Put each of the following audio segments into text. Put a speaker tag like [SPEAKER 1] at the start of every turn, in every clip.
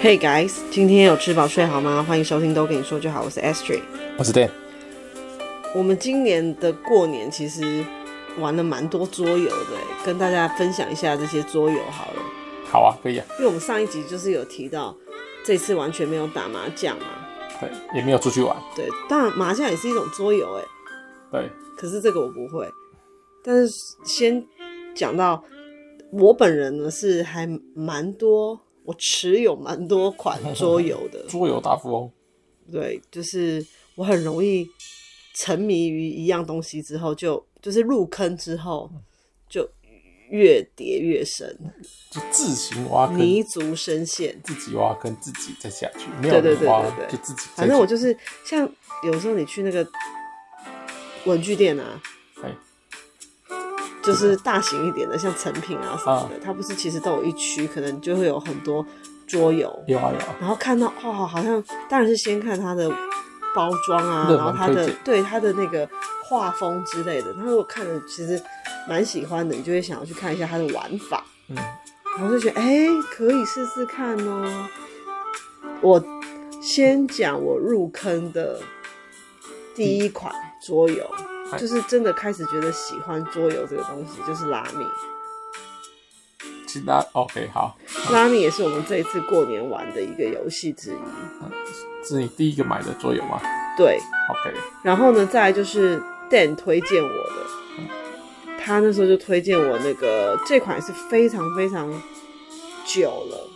[SPEAKER 1] Hey guys，今天有吃饱睡好吗？欢迎收听都跟你说就好，我是 Astrid。
[SPEAKER 2] 我是 Dan，
[SPEAKER 1] 我们今年的过年其实玩了蛮多桌游的欸，跟大家分享一下这些桌游好了。
[SPEAKER 2] 好啊，可以啊，
[SPEAKER 1] 因为我们上一集就是有提到，这次完全没有打麻将嘛，
[SPEAKER 2] 对，也没有出去玩，
[SPEAKER 1] 对，当然麻将也是一种桌游哎，
[SPEAKER 2] 对，，
[SPEAKER 1] 可是这个我不会。但是先讲到我本人呢，是还蛮多，我持有蛮多款桌游的
[SPEAKER 2] 桌游大富翁，
[SPEAKER 1] 对，就是我很容易沉迷于一样东西之后就，就是入坑之后
[SPEAKER 2] 嗯
[SPEAKER 1] 就越跌越深，
[SPEAKER 2] 就自行挖坑，
[SPEAKER 1] 泥足深陷。
[SPEAKER 2] 自己挖坑，自己再下去，没有
[SPEAKER 1] 对对
[SPEAKER 2] 人
[SPEAKER 1] 对
[SPEAKER 2] 挖
[SPEAKER 1] 对，对
[SPEAKER 2] 就自己再去。
[SPEAKER 1] 反正我就是像有时候你去那个文具店啊，
[SPEAKER 2] 哎，
[SPEAKER 1] 就是大型一点的，像成品啊什么的，它不是其实都有一区，可能就会有很多桌游，
[SPEAKER 2] 有啊有啊，
[SPEAKER 1] 然后看到哦，好像当然是先看它的包装啊，
[SPEAKER 2] 热门
[SPEAKER 1] 然后它
[SPEAKER 2] 推
[SPEAKER 1] 的
[SPEAKER 2] 荐
[SPEAKER 1] 对它的那个画风之类的。然后我看了其实蛮喜欢的，你就会想要去看一下它的玩法，
[SPEAKER 2] 嗯，
[SPEAKER 1] 然后就觉得哎，可以试试看哦。我先讲我入坑的第一款桌游，
[SPEAKER 2] 嗨
[SPEAKER 1] 就是真的开始觉得喜欢桌游这个东西，就是拉米。
[SPEAKER 2] 其他 OK 好，
[SPEAKER 1] 拉米也是我们这一次过年玩的一个游戏之一。
[SPEAKER 2] 是你第一个买的桌游吗
[SPEAKER 1] 对，
[SPEAKER 2] ？OK，
[SPEAKER 1] 然后呢，再来就是 Dan 推荐我的，他那时候就推荐我那个这款是非常非常久了，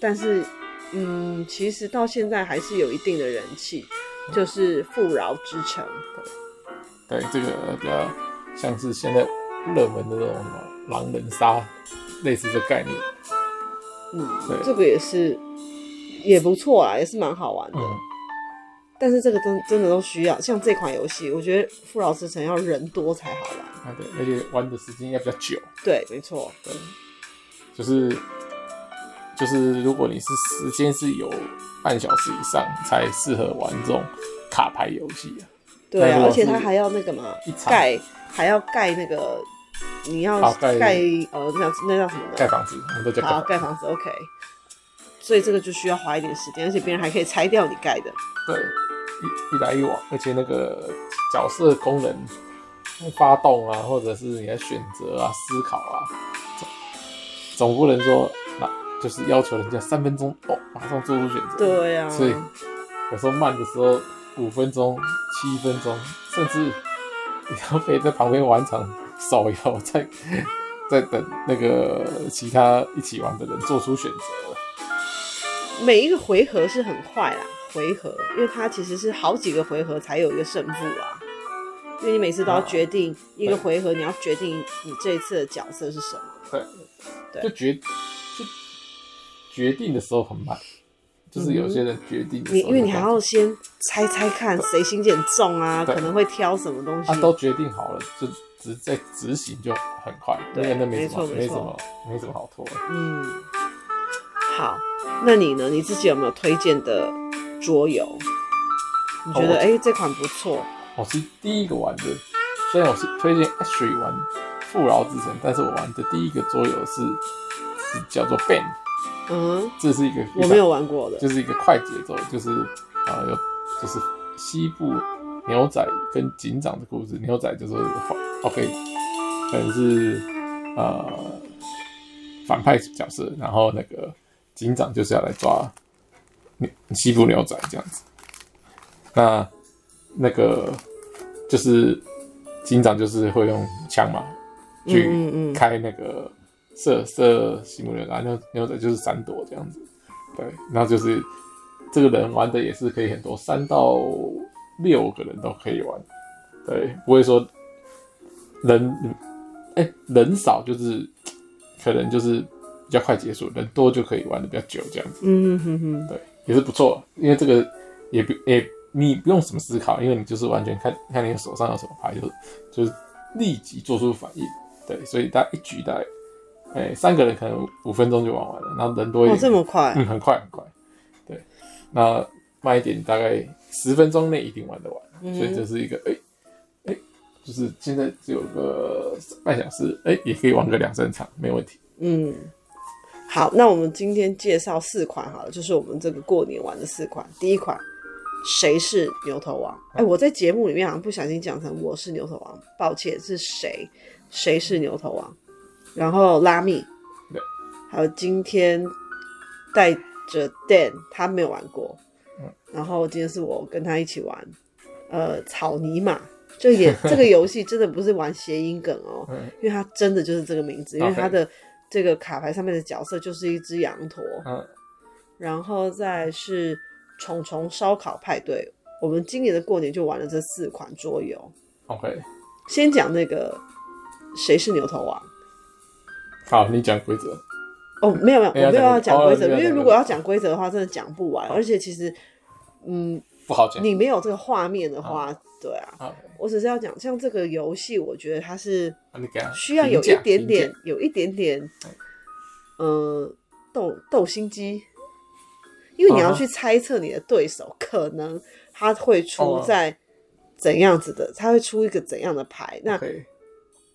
[SPEAKER 1] 但是嗯，其实到现在还是有一定的人气，就是《富饶之城》。
[SPEAKER 2] 对，这个比较像是现在热门的那种什么狼人杀，类似的概念，
[SPEAKER 1] 嗯
[SPEAKER 2] 对，
[SPEAKER 1] 这个也是也不错啊，也是蛮好玩的。
[SPEAKER 2] 嗯，
[SPEAKER 1] 但是这个真真的都需要，像这款游戏，我觉得《富饶之城》要人多才好玩。
[SPEAKER 2] 啊对，而且玩的时间要比较久，
[SPEAKER 1] 对，没错，对。
[SPEAKER 2] 就是就是如果你是时间是有半小时以上，才适合玩这种卡牌游戏啊。
[SPEAKER 1] 对
[SPEAKER 2] 那
[SPEAKER 1] 啊，
[SPEAKER 2] 如
[SPEAKER 1] 而
[SPEAKER 2] 果
[SPEAKER 1] 且它
[SPEAKER 2] 是
[SPEAKER 1] 还要那个嘛
[SPEAKER 2] 一，场
[SPEAKER 1] 盖还要盖那个，你要
[SPEAKER 2] 啊盖
[SPEAKER 1] 盖呃，那叫那叫什么
[SPEAKER 2] 盖
[SPEAKER 1] 呢？
[SPEAKER 2] 房子，我们都叫盖
[SPEAKER 1] 好，
[SPEAKER 2] 房子。
[SPEAKER 1] 盖房子，OK。所以这个就需要花一点时间，而且别人还可以拆掉你盖的。
[SPEAKER 2] 对，一一来一往，而且那个角色功能发动啊，或者是你的选择啊、思考啊，总总不能说那就是要求人家三分钟哦，马上做出选择。
[SPEAKER 1] 对啊，
[SPEAKER 2] 所以有时候慢的时候五分钟、七分钟，甚至你要可以在旁边玩场手游，在在等那个其他一起玩的人做出选择。
[SPEAKER 1] 每一个回合是很快啦，回合，因为它其实是好几个回合才有一个胜负啊。因为你每次都要
[SPEAKER 2] 啊
[SPEAKER 1] 决定一个
[SPEAKER 2] 对
[SPEAKER 1] 回合，你要决定你这一次的角色是什么。对
[SPEAKER 2] 对，就决就决定的时候很慢，就是有些人决定的
[SPEAKER 1] 你
[SPEAKER 2] 时
[SPEAKER 1] 嗯
[SPEAKER 2] 候
[SPEAKER 1] 因为你还
[SPEAKER 2] 很慢
[SPEAKER 1] 要先猜猜看谁心情重啊，
[SPEAKER 2] 对
[SPEAKER 1] 可能会挑什么东西。
[SPEAKER 2] 啊都决定好了，就只在执行就很快，那
[SPEAKER 1] 对
[SPEAKER 2] 个那没什
[SPEAKER 1] 没错
[SPEAKER 2] 么
[SPEAKER 1] 没
[SPEAKER 2] 没什
[SPEAKER 1] 错
[SPEAKER 2] 么没什么好拖的。
[SPEAKER 1] 嗯，好，那你呢？你自己有没有推荐的桌游？你觉得
[SPEAKER 2] 哦我
[SPEAKER 1] 哎、诶这款不错，
[SPEAKER 2] 我哦是第一个玩的，虽然我是推荐 H 玩《富饶之城》，但是我玩的第一个桌游是是叫做 Ben，
[SPEAKER 1] 嗯，
[SPEAKER 2] 这是一个
[SPEAKER 1] 我没有，玩过的，
[SPEAKER 2] 就是一个快节奏，就是啊、呃有就是西部牛仔跟警长的故事，牛仔就是 OK，可能是呃反派角色，然后那个警长就是要来抓牛西部牛仔这样子。那那个就是警长就是会用枪嘛，
[SPEAKER 1] 嗯嗯
[SPEAKER 2] 去
[SPEAKER 1] 嗯
[SPEAKER 2] 开那个射射西部牛仔，牛牛仔就是闪躲这样子。对，然后就是这个人玩的也是可以很多，三到六个人都可以玩。对，不会说人，哎、人少就是可能就是比较快结束，人多就可以玩的比较久这样子。
[SPEAKER 1] 嗯哼哼哼，
[SPEAKER 2] 对，也是不错，因为这个也不也你不用什么思考，因为你就是完全看看你手上有什么牌，就就是立即做出反应。对，所以大概一局大概，哎、三个人可能五分钟就玩完了，然后人多一
[SPEAKER 1] 哦
[SPEAKER 2] 点，
[SPEAKER 1] 这么快，
[SPEAKER 2] 嗯，很快很快。对，那慢一点，大概十分钟内一定玩得完，
[SPEAKER 1] 嗯
[SPEAKER 2] 所以这是一个哎哎、诶就是现在只有个半小时，哎、也可以玩个两三场，没问题。
[SPEAKER 1] 嗯，好，那我们今天介绍四款好了，就是我们这个过年玩的四款。第一款，谁是牛头王？哎、我在节目里面好像不小心讲成我是牛头王，抱歉，是谁？谁是牛头王？然后拉密，
[SPEAKER 2] 对，
[SPEAKER 1] 还有今天带着 Dan，他没有玩过，
[SPEAKER 2] 嗯
[SPEAKER 1] 然后今天是我跟他一起玩，呃，草泥马。就 也这个游戏真的不是玩谐音梗哦，
[SPEAKER 2] 嗯啊
[SPEAKER 1] 因为它真的就是这个名字，因为它的这个卡牌上面的角色就是一只羊驼，
[SPEAKER 2] 嗯，
[SPEAKER 1] 然后再是虫虫烧烤派对。我们今年的过年就玩了这四款桌游。
[SPEAKER 2] OK，
[SPEAKER 1] 先讲那个谁是牛头王
[SPEAKER 2] 好，你讲规则。
[SPEAKER 1] 哦，没有没有，
[SPEAKER 2] 没有
[SPEAKER 1] 我没有要讲
[SPEAKER 2] 嗯讲
[SPEAKER 1] 规
[SPEAKER 2] 规
[SPEAKER 1] 则，因
[SPEAKER 2] 则哦没有
[SPEAKER 1] 为
[SPEAKER 2] 讲
[SPEAKER 1] 如
[SPEAKER 2] 规则哦
[SPEAKER 1] 果要讲规则的话，真的讲不完。而且其实，嗯，
[SPEAKER 2] 不好讲。
[SPEAKER 1] 你没有这个画面的
[SPEAKER 2] 哦
[SPEAKER 1] 话，对啊，
[SPEAKER 2] OK，
[SPEAKER 1] 我只是要讲，像这个游戏，我觉得它是
[SPEAKER 2] 啊你给他
[SPEAKER 1] 需要有
[SPEAKER 2] 评
[SPEAKER 1] 一
[SPEAKER 2] 价
[SPEAKER 1] 点点
[SPEAKER 2] 评，
[SPEAKER 1] 有一点点，呃，斗斗心机，因为你要
[SPEAKER 2] 嗯哼
[SPEAKER 1] 去猜测你的对手可能他会出
[SPEAKER 2] 哦
[SPEAKER 1] 在怎样子的，他会出一个怎样的牌，
[SPEAKER 2] 价
[SPEAKER 1] 那
[SPEAKER 2] OK，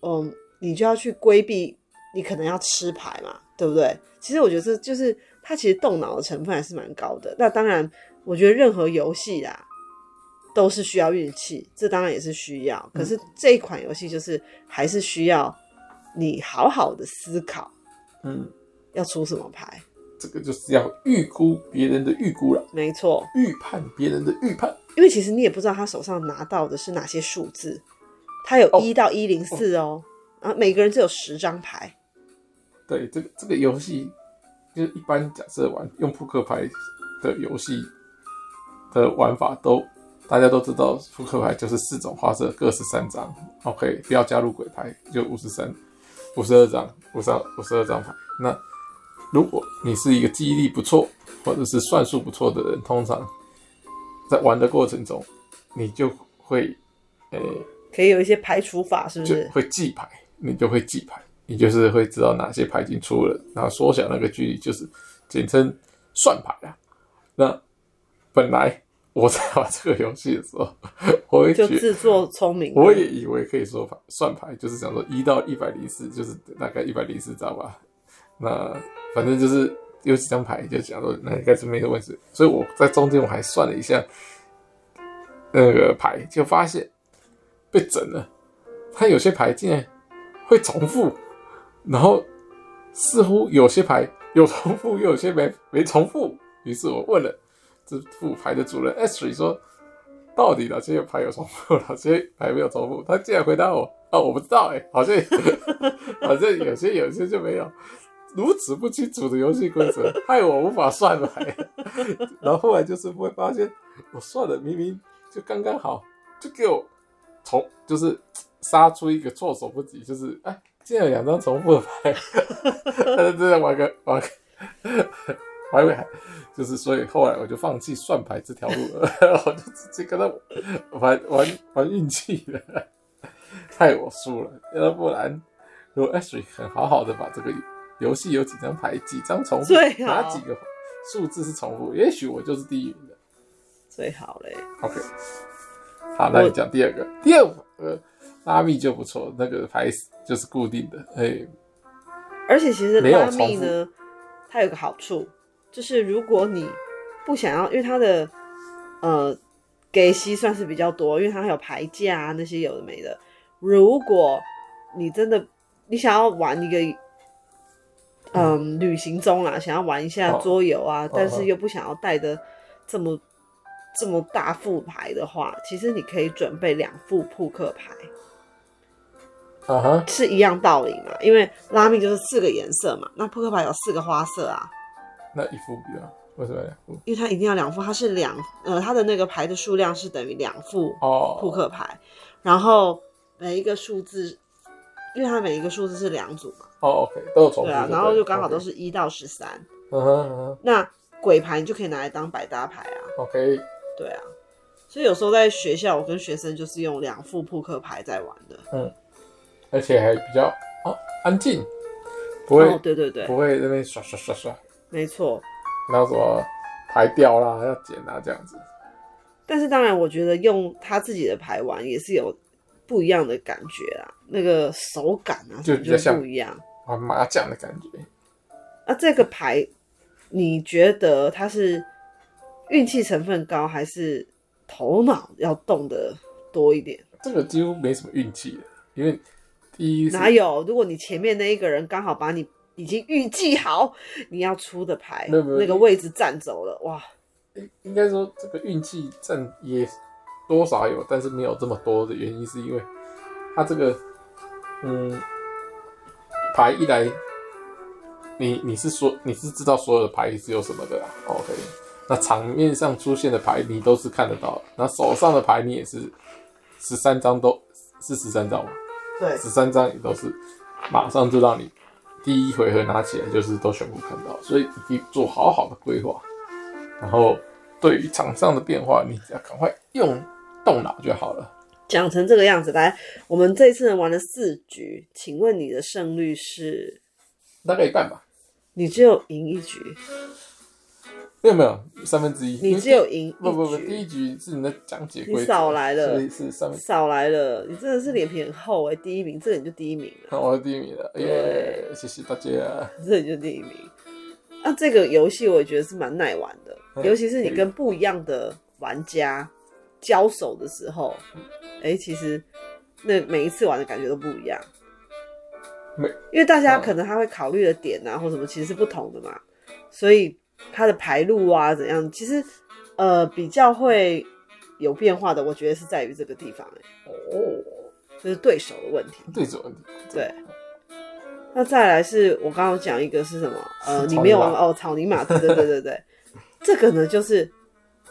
[SPEAKER 1] 嗯，你就要去规避，你可能要吃牌嘛，对不对？其实我觉得这就是它其实动脑的成分还是蛮高的。那当然，我觉得任何游戏啊都是需要运气，这当然也是需要。可是这一款游戏就是还是需要你好好的思考
[SPEAKER 2] 嗯，
[SPEAKER 1] 要出什么牌。
[SPEAKER 2] 这个就是要预估别人的预估了，
[SPEAKER 1] 没错，
[SPEAKER 2] 预判别人的预判。
[SPEAKER 1] 因为其实你也不知道他手上拿到的是哪些数字，他有
[SPEAKER 2] 哦
[SPEAKER 1] 一到一零四哦，然后每个人只有十张牌。
[SPEAKER 2] 对，这个这个游戏就是一般假设玩用扑克牌的游戏的玩法都。大家都知道，扑克牌就是四种花色，各十三张。OK，不要加入鬼牌，就五十三、五十二张、五十五十二张牌。那如果你是一个记忆力不错，或者是算术不错的人，通常在玩的过程中，你就会，呃，
[SPEAKER 1] 可以有一些排除法，是不？
[SPEAKER 2] 就是会记牌，你就会记牌，你就是会知道哪些牌已经出了，然后缩小那个距离，就是简称算牌啊。那本来我在玩这个游戏的时候，我也
[SPEAKER 1] 就
[SPEAKER 2] 觉
[SPEAKER 1] 自作聪明。
[SPEAKER 2] 我也以为可以说牌算牌，就是想说一到一百零四，就是大概一百零四张吧。那反正就是有几张牌，就想说那应该是没有问题。所以我在中间我还算了一下那个牌，就发现被整了。它有些牌竟然会重复，然后似乎有些牌有重复，又有些没没重复。于是我问了这副牌的主人 Ashley 说：“到底哪些牌有重复，哪些牌没有重复？”他竟然回答我：“哦，我不知道、欸，哎，好像好像有些有些就没有。”如此不清楚的游戏规则，害我无法算牌。 然后后来就是会发现， 我算的明明就刚刚好，就给我重就是杀出一个措手不及，就是哎，竟然有两张重复的牌， 他就在玩个 玩个玩个，就是所以后来我就放弃算牌这条路了， 我就直接跟他玩玩玩运气了， 害我输了，要不然如果 Ashley 很好好的把这个游戏有几张牌、几张重复
[SPEAKER 1] 最，好
[SPEAKER 2] 哪几个数字是重复，也许我就是第一名的。
[SPEAKER 1] 最好嘞。
[SPEAKER 2] OK，好，那
[SPEAKER 1] 我
[SPEAKER 2] 你讲第二个，第二个拉密就不错，那个牌就是固定的，哎、
[SPEAKER 1] 而且其实
[SPEAKER 2] 没有
[SPEAKER 1] 拉
[SPEAKER 2] 重
[SPEAKER 1] 密
[SPEAKER 2] 复
[SPEAKER 1] 呢，它有个好处，就是如果你不想要，因为它的呃给息算是比较多，因为它还有牌价啊那些有的没的。如果你真的你想要玩一个嗯、旅行中啦，想要玩一下
[SPEAKER 2] 哦
[SPEAKER 1] 桌游啊，但
[SPEAKER 2] 哦
[SPEAKER 1] 是又不想要带的这么这么大副牌的话，其实你可以准备两副扑克牌。
[SPEAKER 2] 啊哈，
[SPEAKER 1] 是一样道理嘛，因为拉面就是四个颜色嘛，那扑克牌有四个花色啊，
[SPEAKER 2] 那一副比较，为什么两副？
[SPEAKER 1] 因为它一定要两副，它是两呃它的那个牌的数量是等于两副
[SPEAKER 2] 哦，
[SPEAKER 1] 扑克牌，然后每一个数字，因为它每一个数字是两组嘛，
[SPEAKER 2] 哦，OK，都有重复
[SPEAKER 1] 对
[SPEAKER 2] 的，
[SPEAKER 1] 啊，然后就刚好都
[SPEAKER 2] OK，
[SPEAKER 1] 是一到十三，
[SPEAKER 2] 嗯哼嗯哼
[SPEAKER 1] 那鬼牌你就可以拿来当百搭牌啊，
[SPEAKER 2] ，OK，
[SPEAKER 1] 对啊，所以有时候在学校我跟学生就是用两副扑克牌在玩的，
[SPEAKER 2] 而且还比较哦安静，不会、
[SPEAKER 1] 哦对对对，
[SPEAKER 2] 不会那边刷刷刷刷，
[SPEAKER 1] 没错，
[SPEAKER 2] 然后什么牌掉啦要捡啊这样子，
[SPEAKER 1] 但是当然，我觉得用他自己的牌玩也是有不一样的感觉啦，那个手感啊，
[SPEAKER 2] 就
[SPEAKER 1] 什么
[SPEAKER 2] 比较像
[SPEAKER 1] 不一样。
[SPEAKER 2] 玩麻将的感觉，
[SPEAKER 1] 那这个牌，你觉得它是运气成分高，还是头脑要动的多一点？
[SPEAKER 2] 这个几乎没什么运气的，因为第一是
[SPEAKER 1] 哪有？如果你前面那一个人刚好把你已经预计好你要出的牌
[SPEAKER 2] 没有没有
[SPEAKER 1] 那个位置占走了，哇，
[SPEAKER 2] 应应该说这个运气占也多少有，但是没有这么多的原因是因为它这个嗯牌一来，你你是说你是知道所有的牌是有什么的啊？OK，那场面上出现的牌你都是看得到，那手上的牌你也是十三张都是十三张吗？
[SPEAKER 1] 对
[SPEAKER 2] 十三张也都是马上就让你第一回合拿起来就是都全部看到，所以你可以做好好的规划。然后对于场上的变化，你只要赶快用动脑就好了。
[SPEAKER 1] 讲成这个样子。来，我们这一次呢玩了四局，请问你的胜率是？
[SPEAKER 2] 大概一半吧，
[SPEAKER 1] 你只有赢一局，
[SPEAKER 2] 没有没有三分之一。
[SPEAKER 1] 你只有赢
[SPEAKER 2] 不不不，
[SPEAKER 1] 一
[SPEAKER 2] 第
[SPEAKER 1] 局，
[SPEAKER 2] 一局是你在讲解
[SPEAKER 1] 你
[SPEAKER 2] 规则，
[SPEAKER 1] 少来了
[SPEAKER 2] 所以是三分之一。
[SPEAKER 1] 少来了，你真的是脸皮很厚哎、第一名，这个你就第一名了，
[SPEAKER 2] 看我的第一名了，耶！谢谢大家。
[SPEAKER 1] 这个你就第一名。那、这个游戏我也觉得是蛮耐玩的，
[SPEAKER 2] 嗯
[SPEAKER 1] 尤其是你跟不一样的玩家交手的时候，哎、其实那每一次玩的感觉都不一样。
[SPEAKER 2] 没
[SPEAKER 1] 因为大家
[SPEAKER 2] 嗯
[SPEAKER 1] 可能他会考虑的点啊或什么其实是不同的嘛，所以它的排路啊怎样，其实呃比较会有变化的，我觉得是在于这个地方、欸，
[SPEAKER 2] 哦，
[SPEAKER 1] 就是对手的问题。
[SPEAKER 2] 对准问题。
[SPEAKER 1] 对，那再来是我刚刚讲一个是什么？呃，
[SPEAKER 2] 草泥
[SPEAKER 1] 你
[SPEAKER 2] 马
[SPEAKER 1] 没有玩哦，草泥马，对对对对对， 这个呢就是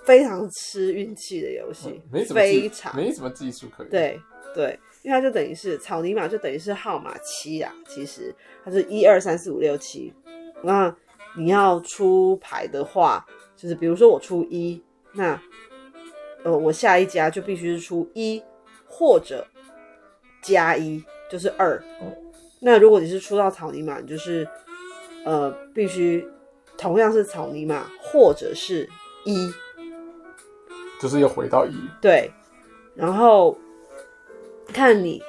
[SPEAKER 1] 非常吃运气的游戏
[SPEAKER 2] 嗯，没什么技
[SPEAKER 1] 非常
[SPEAKER 2] 没什么技术可以。，
[SPEAKER 1] 对对，因为它就等于是草泥马，就等于是号码七啊。其实它是一二三四五六七。那你要出牌的话，就是比如说我出一，那呃我下一家就必须是出一或者加一，就是二
[SPEAKER 2] 哦。
[SPEAKER 1] 那如果你是出到草泥马，你就是呃必须同样是草泥马或者是一。
[SPEAKER 2] 就是又回到一。
[SPEAKER 1] 对，然后看你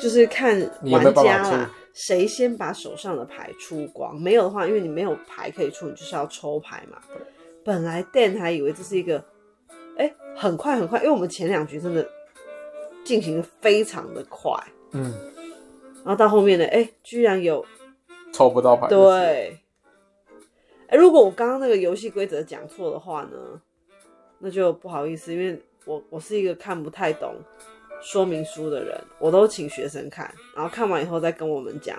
[SPEAKER 1] 就是看
[SPEAKER 2] 你有
[SPEAKER 1] 玩
[SPEAKER 2] 没有办
[SPEAKER 1] 家
[SPEAKER 2] 法
[SPEAKER 1] 啦
[SPEAKER 2] 出，
[SPEAKER 1] 谁先把手上的牌出光。没有的话，因为你没有牌可以出，你就是要抽牌嘛。本来 Dan 还以为这是一个，哎、很快很快，因为我们前两局真的进行得非常的快，
[SPEAKER 2] 嗯，
[SPEAKER 1] 然后到后面呢，哎、居然有
[SPEAKER 2] 抽不到牌。就是。
[SPEAKER 1] 对。哎、如果我刚刚那个游戏规则讲错的话呢，那就不好意思，因为我我是一个看不太懂说明书的人，我都请学生看，然后看完以后再跟我们讲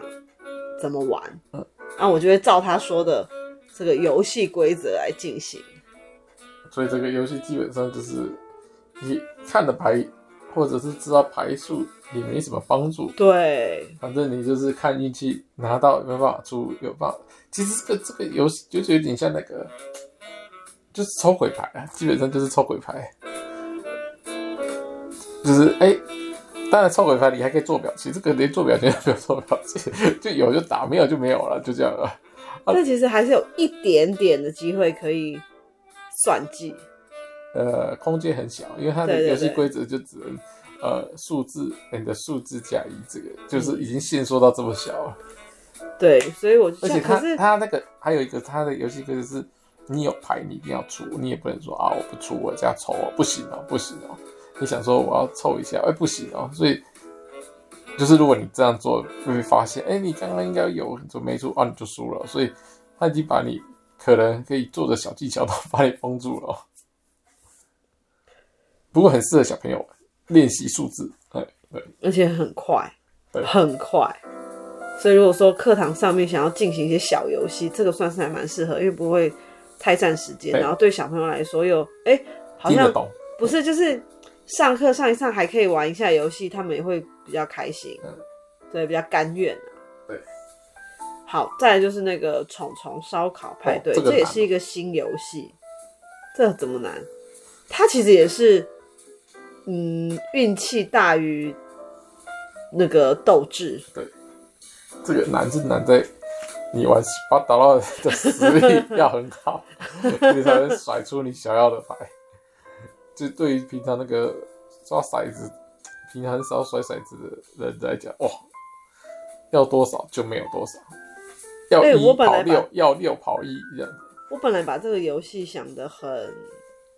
[SPEAKER 1] 怎么玩。
[SPEAKER 2] 嗯
[SPEAKER 1] 那、我就会照他说的这个游戏规则来进行。
[SPEAKER 2] 所以这个游戏基本上就是你看的牌，或者是知道牌数也没什么帮助，
[SPEAKER 1] 对，
[SPEAKER 2] 反正你就是看运气拿到有没有办法出，有办法。其实这个这个游戏就是有点像那个，就是抽鬼牌啊，基本上就是抽鬼牌，就是哎。当然，抽鬼牌你还可以做表情，这个连做表情都没有做表 情，就有就打，没有就没有了，就这样了。
[SPEAKER 1] 但其实还是有一点点的机会可以算计。
[SPEAKER 2] 呃，空间很小，因为它的
[SPEAKER 1] 对对
[SPEAKER 2] 游戏
[SPEAKER 1] 对
[SPEAKER 2] 规则就只能呃数字你的数字加一，这个就是已经限缩到这么小了。
[SPEAKER 1] 对，所以我就
[SPEAKER 2] 而且
[SPEAKER 1] 可
[SPEAKER 2] 它
[SPEAKER 1] 是
[SPEAKER 2] 它那个还有一个它的游戏规则是，你有牌你一定要出，你也不能说啊我不出我这样抽哦，不行哦不行哦，你想说我要凑一下，哎不行哦，所以。就是如果你这样做，会被发现，哎、你刚刚应该有，你就没出，啊，你就输了。所以他已经把你可能可以做的小技巧都 把你封住了。哦不过很适合小朋友练习数字，哎，对，
[SPEAKER 1] 而且很快
[SPEAKER 2] 对，
[SPEAKER 1] 很快。所以如果说课堂上面想要进行一些小游戏，这个算是还蛮适合，因为不会太占时间，
[SPEAKER 2] 对
[SPEAKER 1] 然后对小朋友来说又哎、好
[SPEAKER 2] 听得
[SPEAKER 1] 像
[SPEAKER 2] 懂。
[SPEAKER 1] 不是就是上课上一上还可以玩一下游戏，他们也会比较开心，
[SPEAKER 2] 嗯
[SPEAKER 1] 对，比较甘愿、啊、
[SPEAKER 2] 对。
[SPEAKER 1] 好，再来就是那个虫虫烧烤派对，
[SPEAKER 2] 哦这个
[SPEAKER 1] 这也
[SPEAKER 2] 难
[SPEAKER 1] 是一个新游戏，这怎么难？它其实也是，嗯，运气大于那个斗志，
[SPEAKER 2] 这个难是难在你玩十八打到的实力要很 好，你才能甩出你想要的牌。就对于平常那个抓骰子，平常很少甩骰子的人来讲，哇，要多少就没有多少。要
[SPEAKER 1] 对
[SPEAKER 2] 一
[SPEAKER 1] 我本
[SPEAKER 2] 跑
[SPEAKER 1] 来把
[SPEAKER 2] 六，要六跑一这样。
[SPEAKER 1] 我本来把这个游戏想得很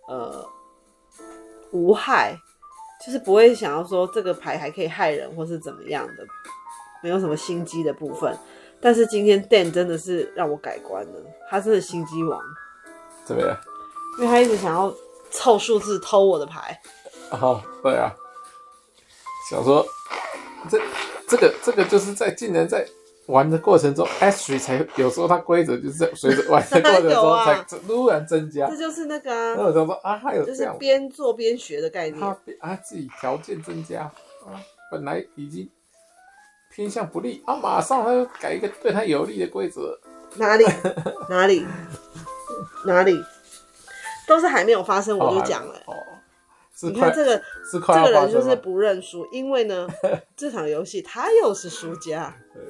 [SPEAKER 1] 呃无害，就是不会想要说这个牌还可以害人或是怎么样的，没有什么心机的部分。但是今天 Dan 真的是让我改观了，他真的心机王，
[SPEAKER 2] 怎么样？
[SPEAKER 1] 因为他一直想要凑数字偷我的牌。
[SPEAKER 2] 啊，对啊，想说这这个这个就是在竟然在玩的过程中 s h 才有时候它规则就是在随着玩的过程
[SPEAKER 1] 有
[SPEAKER 2] 中
[SPEAKER 1] 啊
[SPEAKER 2] 才突然增加
[SPEAKER 1] 这。就是那个
[SPEAKER 2] 然
[SPEAKER 1] 啊，
[SPEAKER 2] 后我想说啊，还有
[SPEAKER 1] 就
[SPEAKER 2] 这
[SPEAKER 1] 是
[SPEAKER 2] 样，
[SPEAKER 1] 边做边学的概念
[SPEAKER 2] 他。他自己条件增加啊，本来已经偏向不利啊，马上他又改一个对他有利的规则。
[SPEAKER 1] 哪 里哪里哪里，都是还没有发生我就讲了。
[SPEAKER 2] 哦，哦是
[SPEAKER 1] 你
[SPEAKER 2] 快
[SPEAKER 1] 看这个
[SPEAKER 2] 是
[SPEAKER 1] 这
[SPEAKER 2] 快要
[SPEAKER 1] 个
[SPEAKER 2] 发
[SPEAKER 1] 人就
[SPEAKER 2] 生
[SPEAKER 1] 是
[SPEAKER 2] 了。
[SPEAKER 1] 不认输，因为 呢，这场游戏他又是输家。
[SPEAKER 2] 对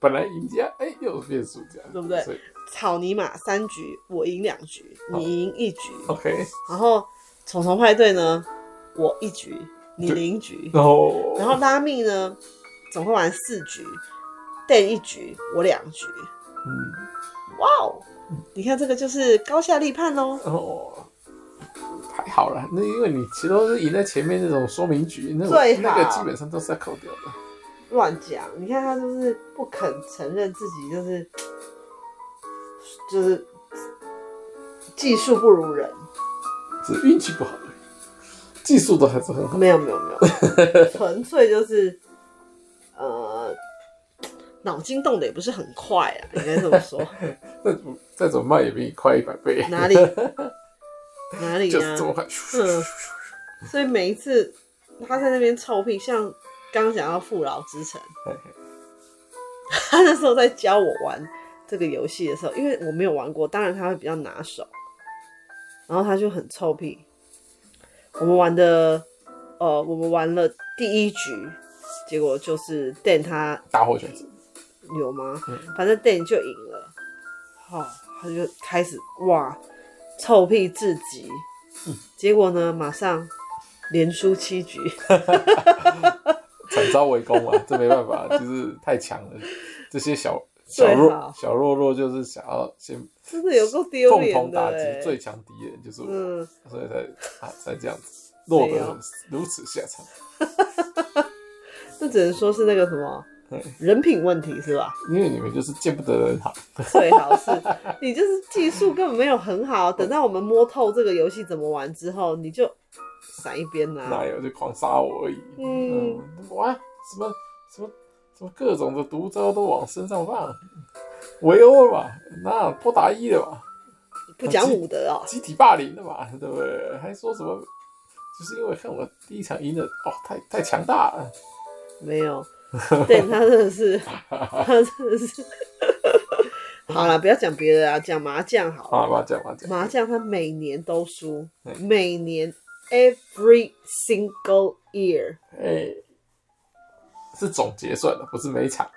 [SPEAKER 2] 本来赢家，哎，又变输家，
[SPEAKER 1] 对不对
[SPEAKER 2] 所以
[SPEAKER 1] 草泥马三局，我赢两局，你赢一局，
[SPEAKER 2] OK，
[SPEAKER 1] 然后虫虫派对呢，我一局，你零局，
[SPEAKER 2] 然后
[SPEAKER 1] 然后拉密呢，总共玩四局，电一局，我两局，
[SPEAKER 2] 嗯。
[SPEAKER 1] 哇哦！你看这个就是高下立判喽。
[SPEAKER 2] 哦，还好啦，那因为你其实都是赢在前面那种说明局，那
[SPEAKER 1] 最
[SPEAKER 2] 个
[SPEAKER 1] 好
[SPEAKER 2] 那个基本上都是要扣掉的。
[SPEAKER 1] 乱讲。你看他就是不肯承认自己就是就是技术不如人，
[SPEAKER 2] 只是运气不好而已，技术都还是很好。
[SPEAKER 1] 没有没有没有，纯粹就是呃脑筋动的也不是很快啊，应该这么说。
[SPEAKER 2] 再怎么再怎么慢也比你快一百倍，
[SPEAKER 1] 哪里啊哪里
[SPEAKER 2] 就是
[SPEAKER 1] 啊
[SPEAKER 2] 这？么快。
[SPEAKER 1] 嗯所以每一次他在那边臭屁，像刚讲到父老之城，
[SPEAKER 2] 嘿
[SPEAKER 1] 他那时候在教我玩这个游戏的时候，因为我没有玩过，当然他会比较拿手，然后他就很臭屁。我们玩的，呃，我们玩了第一局，结果就是 Dan 他
[SPEAKER 2] 大获全胜，
[SPEAKER 1] 有吗
[SPEAKER 2] 嗯？
[SPEAKER 1] 反正 Dan 就赢了，好、他就开始哇臭屁至极，
[SPEAKER 2] 嗯
[SPEAKER 1] 结果呢，马上连输七局。
[SPEAKER 2] 惨遭围攻啊！这没办法，就是太强了。这些小
[SPEAKER 1] 最
[SPEAKER 2] 小
[SPEAKER 1] 好
[SPEAKER 2] 弱小弱弱就是想要先
[SPEAKER 1] 真的有够丢
[SPEAKER 2] 共
[SPEAKER 1] 脸
[SPEAKER 2] 同
[SPEAKER 1] 的、
[SPEAKER 2] 打击
[SPEAKER 1] 欸，
[SPEAKER 2] 最强敌人，就是我，
[SPEAKER 1] 嗯，
[SPEAKER 2] 所以才啊才这样子落
[SPEAKER 1] 没有
[SPEAKER 2] 得如此下场。
[SPEAKER 1] 那只能说是那个什么
[SPEAKER 2] 对
[SPEAKER 1] 人品问题是吧？
[SPEAKER 2] 因为你们就是见不得人好，
[SPEAKER 1] 最好是你就是技术根本没有很好，等到我们摸透这个游戏怎么玩之后，你就闪一边啦、
[SPEAKER 2] 哪有就狂杀我而已。
[SPEAKER 1] 嗯
[SPEAKER 2] 嗯，哇，什么什么什么各种的毒招都往身上放，围殴了吧，那多打一了吧，
[SPEAKER 1] 不讲武德哦、
[SPEAKER 2] 集体霸凌了吧，对不对？还说什么？就是因为看我第一场赢的哦，太太强大了，
[SPEAKER 1] 没有。对他真的是，他真的是。好了，不要讲别的啊，讲麻将好了。
[SPEAKER 2] 啊，麻将麻将，
[SPEAKER 1] 麻将他每年都输
[SPEAKER 2] 对，
[SPEAKER 1] 每年 every single year。
[SPEAKER 2] 哎，是总结算的，不是每场，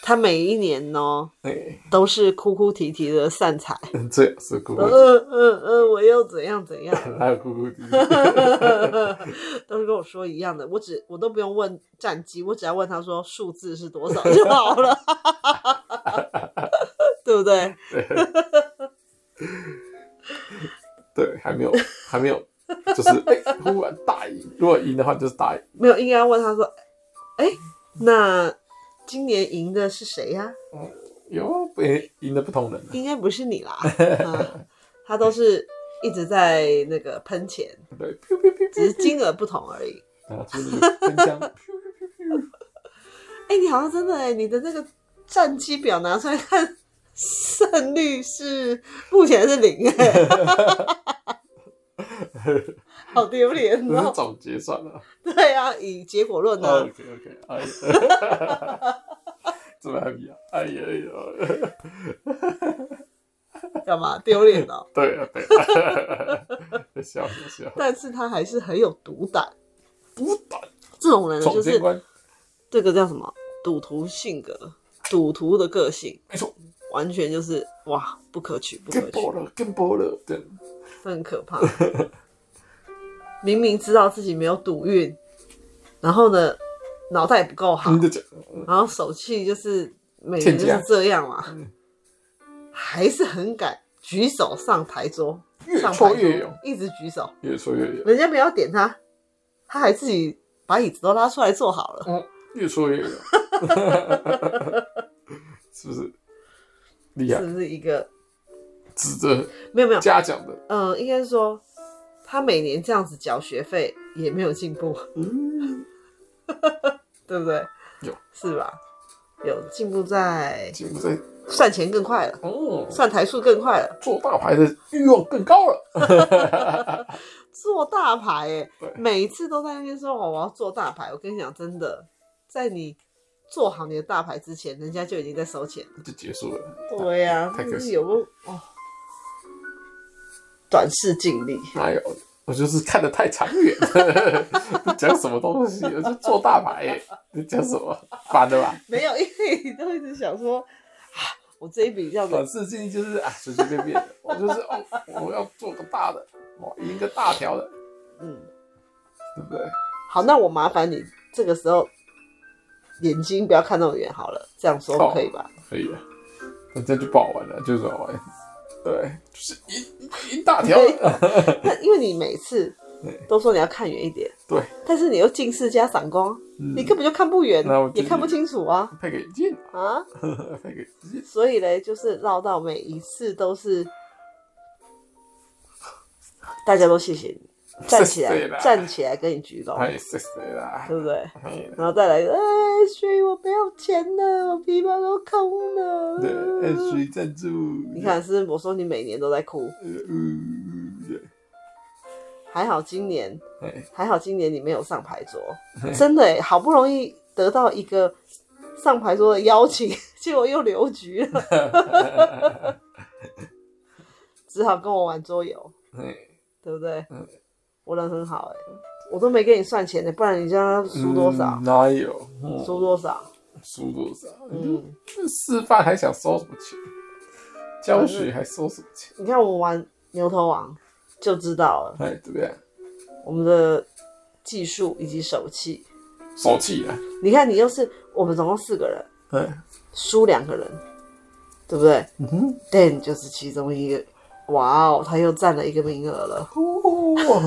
[SPEAKER 1] 他每一年呢
[SPEAKER 2] 哎，
[SPEAKER 1] 都是哭哭啼啼的散财，
[SPEAKER 2] 最好是姑姑
[SPEAKER 1] 呃，呃呃，我又怎样怎样，
[SPEAKER 2] 还有姑姑弟弟，
[SPEAKER 1] 都是跟我说一样的。我只我都不用问战绩，我只要问他说数字是多少就好了，对不对？
[SPEAKER 2] 对，还没有还没有，就是哎，忽然大赢，如果赢的话就是大赢。
[SPEAKER 1] 没有，应该要问他说，哎、那今年赢的是谁呀、
[SPEAKER 2] 有被赢的不同人、
[SPEAKER 1] 应该不是你啦，啊、他都是一直在那个喷钱，
[SPEAKER 2] 对，啊飘飘飘
[SPEAKER 1] 只是金额不同而已。
[SPEAKER 2] 拿出那个喷枪，
[SPEAKER 1] 哎、你好像真的哎、你的那个战绩表拿出来看，胜率是目前是零哎、好丢脸
[SPEAKER 2] 这是
[SPEAKER 1] 哦！
[SPEAKER 2] 总结算了。
[SPEAKER 1] 对啊，以结果论呢、
[SPEAKER 2] OK OK，哎 呀，这么 happy 啊！哎呀哎呀，
[SPEAKER 1] 干嘛丢脸哦？
[SPEAKER 2] 对啊对啊， 笑笑笑，
[SPEAKER 1] 但是他还是很有毒胆，
[SPEAKER 2] 不打
[SPEAKER 1] 这种人呢，
[SPEAKER 2] 总
[SPEAKER 1] 就
[SPEAKER 2] 监
[SPEAKER 1] 是
[SPEAKER 2] 官，
[SPEAKER 1] 这个叫什么赌徒性格，赌徒的个性，
[SPEAKER 2] 没错，
[SPEAKER 1] 完全就是哇，不可取，不可
[SPEAKER 2] 更
[SPEAKER 1] 取，
[SPEAKER 2] 波了，更波了，对，
[SPEAKER 1] 很可怕。 明明知道自己没有赌运，然后呢，脑袋也不够好
[SPEAKER 2] 你，的讲，
[SPEAKER 1] 然后手气就是每年就
[SPEAKER 2] 嗯欠
[SPEAKER 1] 是
[SPEAKER 2] 佳嗯
[SPEAKER 1] 这样嘛， 还是很敢举手上台桌，
[SPEAKER 2] 越
[SPEAKER 1] 上
[SPEAKER 2] 挫
[SPEAKER 1] 台
[SPEAKER 2] 越
[SPEAKER 1] 桌
[SPEAKER 2] 勇，
[SPEAKER 1] 一直举手，
[SPEAKER 2] 越挫越勇，
[SPEAKER 1] 人家没有点他，他还自己把椅子都拉出来坐好了。
[SPEAKER 2] 嗯，越挫越勇， 是不是厉害
[SPEAKER 1] 是？不是一个
[SPEAKER 2] 值得
[SPEAKER 1] 没有没有？
[SPEAKER 2] 嘉奖的，
[SPEAKER 1] 嗯，应该是说他每年这样子缴学费也没有进步，
[SPEAKER 2] 嗯，
[SPEAKER 1] 对不对？
[SPEAKER 2] 有
[SPEAKER 1] 是吧？有进步在
[SPEAKER 2] 进步在
[SPEAKER 1] 算钱更快了，
[SPEAKER 2] 哦，
[SPEAKER 1] 算台数更快了，
[SPEAKER 2] 做大牌的欲望更高了，
[SPEAKER 1] 做大牌哎、
[SPEAKER 2] 对
[SPEAKER 1] 每次都在那边说哦我要做大牌。我跟你讲，真的，在你做好你的大牌之前，人家就已经在收钱了。
[SPEAKER 2] 就结束了，
[SPEAKER 1] 对呀、
[SPEAKER 2] 太
[SPEAKER 1] 真
[SPEAKER 2] 可
[SPEAKER 1] 是
[SPEAKER 2] 惜
[SPEAKER 1] 有没有哦？短视近 利，
[SPEAKER 2] 哪有？哎我就是看得太长远，讲什么东西？啊我就做大牌、欸，你讲什么？反的吧？
[SPEAKER 1] 没有，因为你都一直想说啊，我这一笔这样子
[SPEAKER 2] 短视近就是啊，随随便便的，我就是哦，我要做个大的，我赢个大条的，
[SPEAKER 1] 嗯，
[SPEAKER 2] 对不对？
[SPEAKER 1] 好，那我麻烦你这个时候眼睛不要看那么远好了，这样说
[SPEAKER 2] 哦
[SPEAKER 1] 可以吧？
[SPEAKER 2] 可以啊，那这样就不好玩了，就是好玩，对，就是赢赢大条，
[SPEAKER 1] 对，那因为你每次
[SPEAKER 2] 对
[SPEAKER 1] 都说你要看远一点，
[SPEAKER 2] 对，
[SPEAKER 1] 但是你又近视加散光，
[SPEAKER 2] 嗯
[SPEAKER 1] 你根本就看不远
[SPEAKER 2] 那我，
[SPEAKER 1] 也
[SPEAKER 2] 就
[SPEAKER 1] 看不清楚啊
[SPEAKER 2] 配个眼镜，
[SPEAKER 1] 啊！
[SPEAKER 2] 配个眼镜，
[SPEAKER 1] 所以嘞，就是绕到每一次都是，大家都谢谢你，站起
[SPEAKER 2] 谢谢啦
[SPEAKER 1] 来，站起来跟你鞠躬，
[SPEAKER 2] 哎，谢谢啦，
[SPEAKER 1] 对不对？
[SPEAKER 2] 哎，
[SPEAKER 1] 然后再来，哎，所以我没有钱了，我皮包都空了。
[SPEAKER 2] 对，哎水赞助，
[SPEAKER 1] 你
[SPEAKER 2] 嗯
[SPEAKER 1] 看，是不是我说你每年都在哭，
[SPEAKER 2] 呃，嗯，对，
[SPEAKER 1] 还好今年，
[SPEAKER 2] 哎，
[SPEAKER 1] 还好今年你没有上牌桌，真的欸好不容易得到一个上牌桌的邀请， 结果又留局了， 只好跟我玩桌游，
[SPEAKER 2] 哎，
[SPEAKER 1] 对不对
[SPEAKER 2] 嗯？
[SPEAKER 1] 我人很好哎、我都没给你算钱欸呢、不然你叫他输多少
[SPEAKER 2] 嗯？哪有？嗯
[SPEAKER 1] 输多少？
[SPEAKER 2] 输多少？
[SPEAKER 1] 嗯，
[SPEAKER 2] 这示范还想收什么钱？教学还收什么钱？
[SPEAKER 1] 你看我玩牛头王就知道了，
[SPEAKER 2] 哎，对不对？
[SPEAKER 1] 我们的技术以及手气。
[SPEAKER 2] 手气啊，
[SPEAKER 1] 你看，你又是我们总共四个人，
[SPEAKER 2] 哎，
[SPEAKER 1] 输两个人，对不对
[SPEAKER 2] 嗯哼，
[SPEAKER 1] ？Dan 就是其中一个，哇哦，他又占了一个名额了。
[SPEAKER 2] 哦，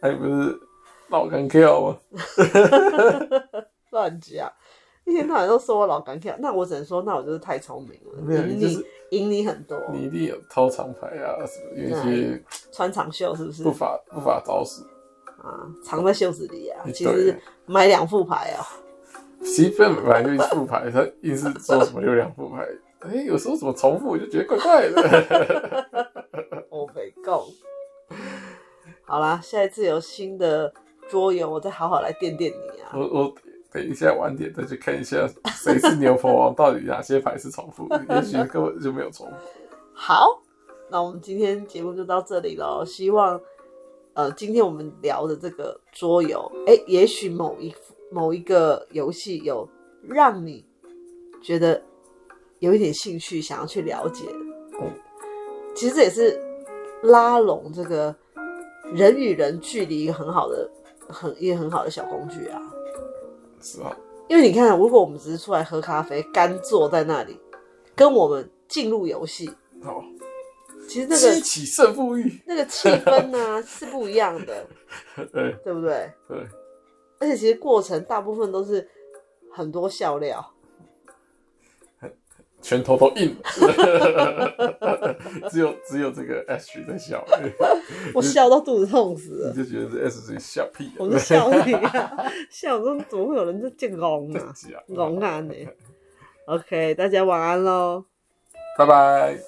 [SPEAKER 2] 还不是老干 Q 吗？
[SPEAKER 1] 乱讲，一天到晚都说我老干跳，那我只能说，那我就是太聪明
[SPEAKER 2] 没有
[SPEAKER 1] 了，
[SPEAKER 2] 你
[SPEAKER 1] 赢
[SPEAKER 2] 就是
[SPEAKER 1] 你赢你很多，
[SPEAKER 2] 你一定有掏长牌啊，什么有一些
[SPEAKER 1] 穿长袖是不是
[SPEAKER 2] 不法不法招式。
[SPEAKER 1] 啊？藏在袖子里啊，
[SPEAKER 2] 对
[SPEAKER 1] 其实买两副牌啊，
[SPEAKER 2] 其实本来就是副牌，他硬是说什么有两副牌，哎、有时候怎么重复，我就觉得怪怪的。
[SPEAKER 1] 我没够。，Oh 好啦，下一次有新的桌游，我再好好来垫垫你啊。
[SPEAKER 2] 我我等一下晚点再去看一下 谁是牛魔王，到底哪些牌是重复，也许根本就没有重复。
[SPEAKER 1] 好，那我们今天节目就到这里喽。希望，呃，今天我们聊的这个桌游，哎、也许某一某一个游戏有让你觉得有一点兴趣，想要去了解。
[SPEAKER 2] 嗯
[SPEAKER 1] 其实这也是拉拢这个人与人距离一个很好的、很一个很好的小工具啊。
[SPEAKER 2] 是啊，
[SPEAKER 1] 因为你看，如果我们只是出来喝咖啡，干坐在那里，跟我们进入游戏，
[SPEAKER 2] 好，
[SPEAKER 1] 其实那个
[SPEAKER 2] 激起胜负欲，
[SPEAKER 1] 那个气氛呢、是不一样的，
[SPEAKER 2] 对
[SPEAKER 1] 对不对？
[SPEAKER 2] 哎对，
[SPEAKER 1] 而且其实过程大部分都是很多笑料，
[SPEAKER 2] 拳头都硬 了，只有只有这个 S 在笑，哎
[SPEAKER 1] 我笑到肚子痛死
[SPEAKER 2] 你
[SPEAKER 1] 了，
[SPEAKER 2] 就觉得这 S 是笑屁、
[SPEAKER 1] 我 就笑你啊，笑说怎么会有人在见龙
[SPEAKER 2] 在
[SPEAKER 1] 啊，
[SPEAKER 2] 讲，
[SPEAKER 1] 龙啊你。OK，大家晚安喽。
[SPEAKER 2] 拜拜。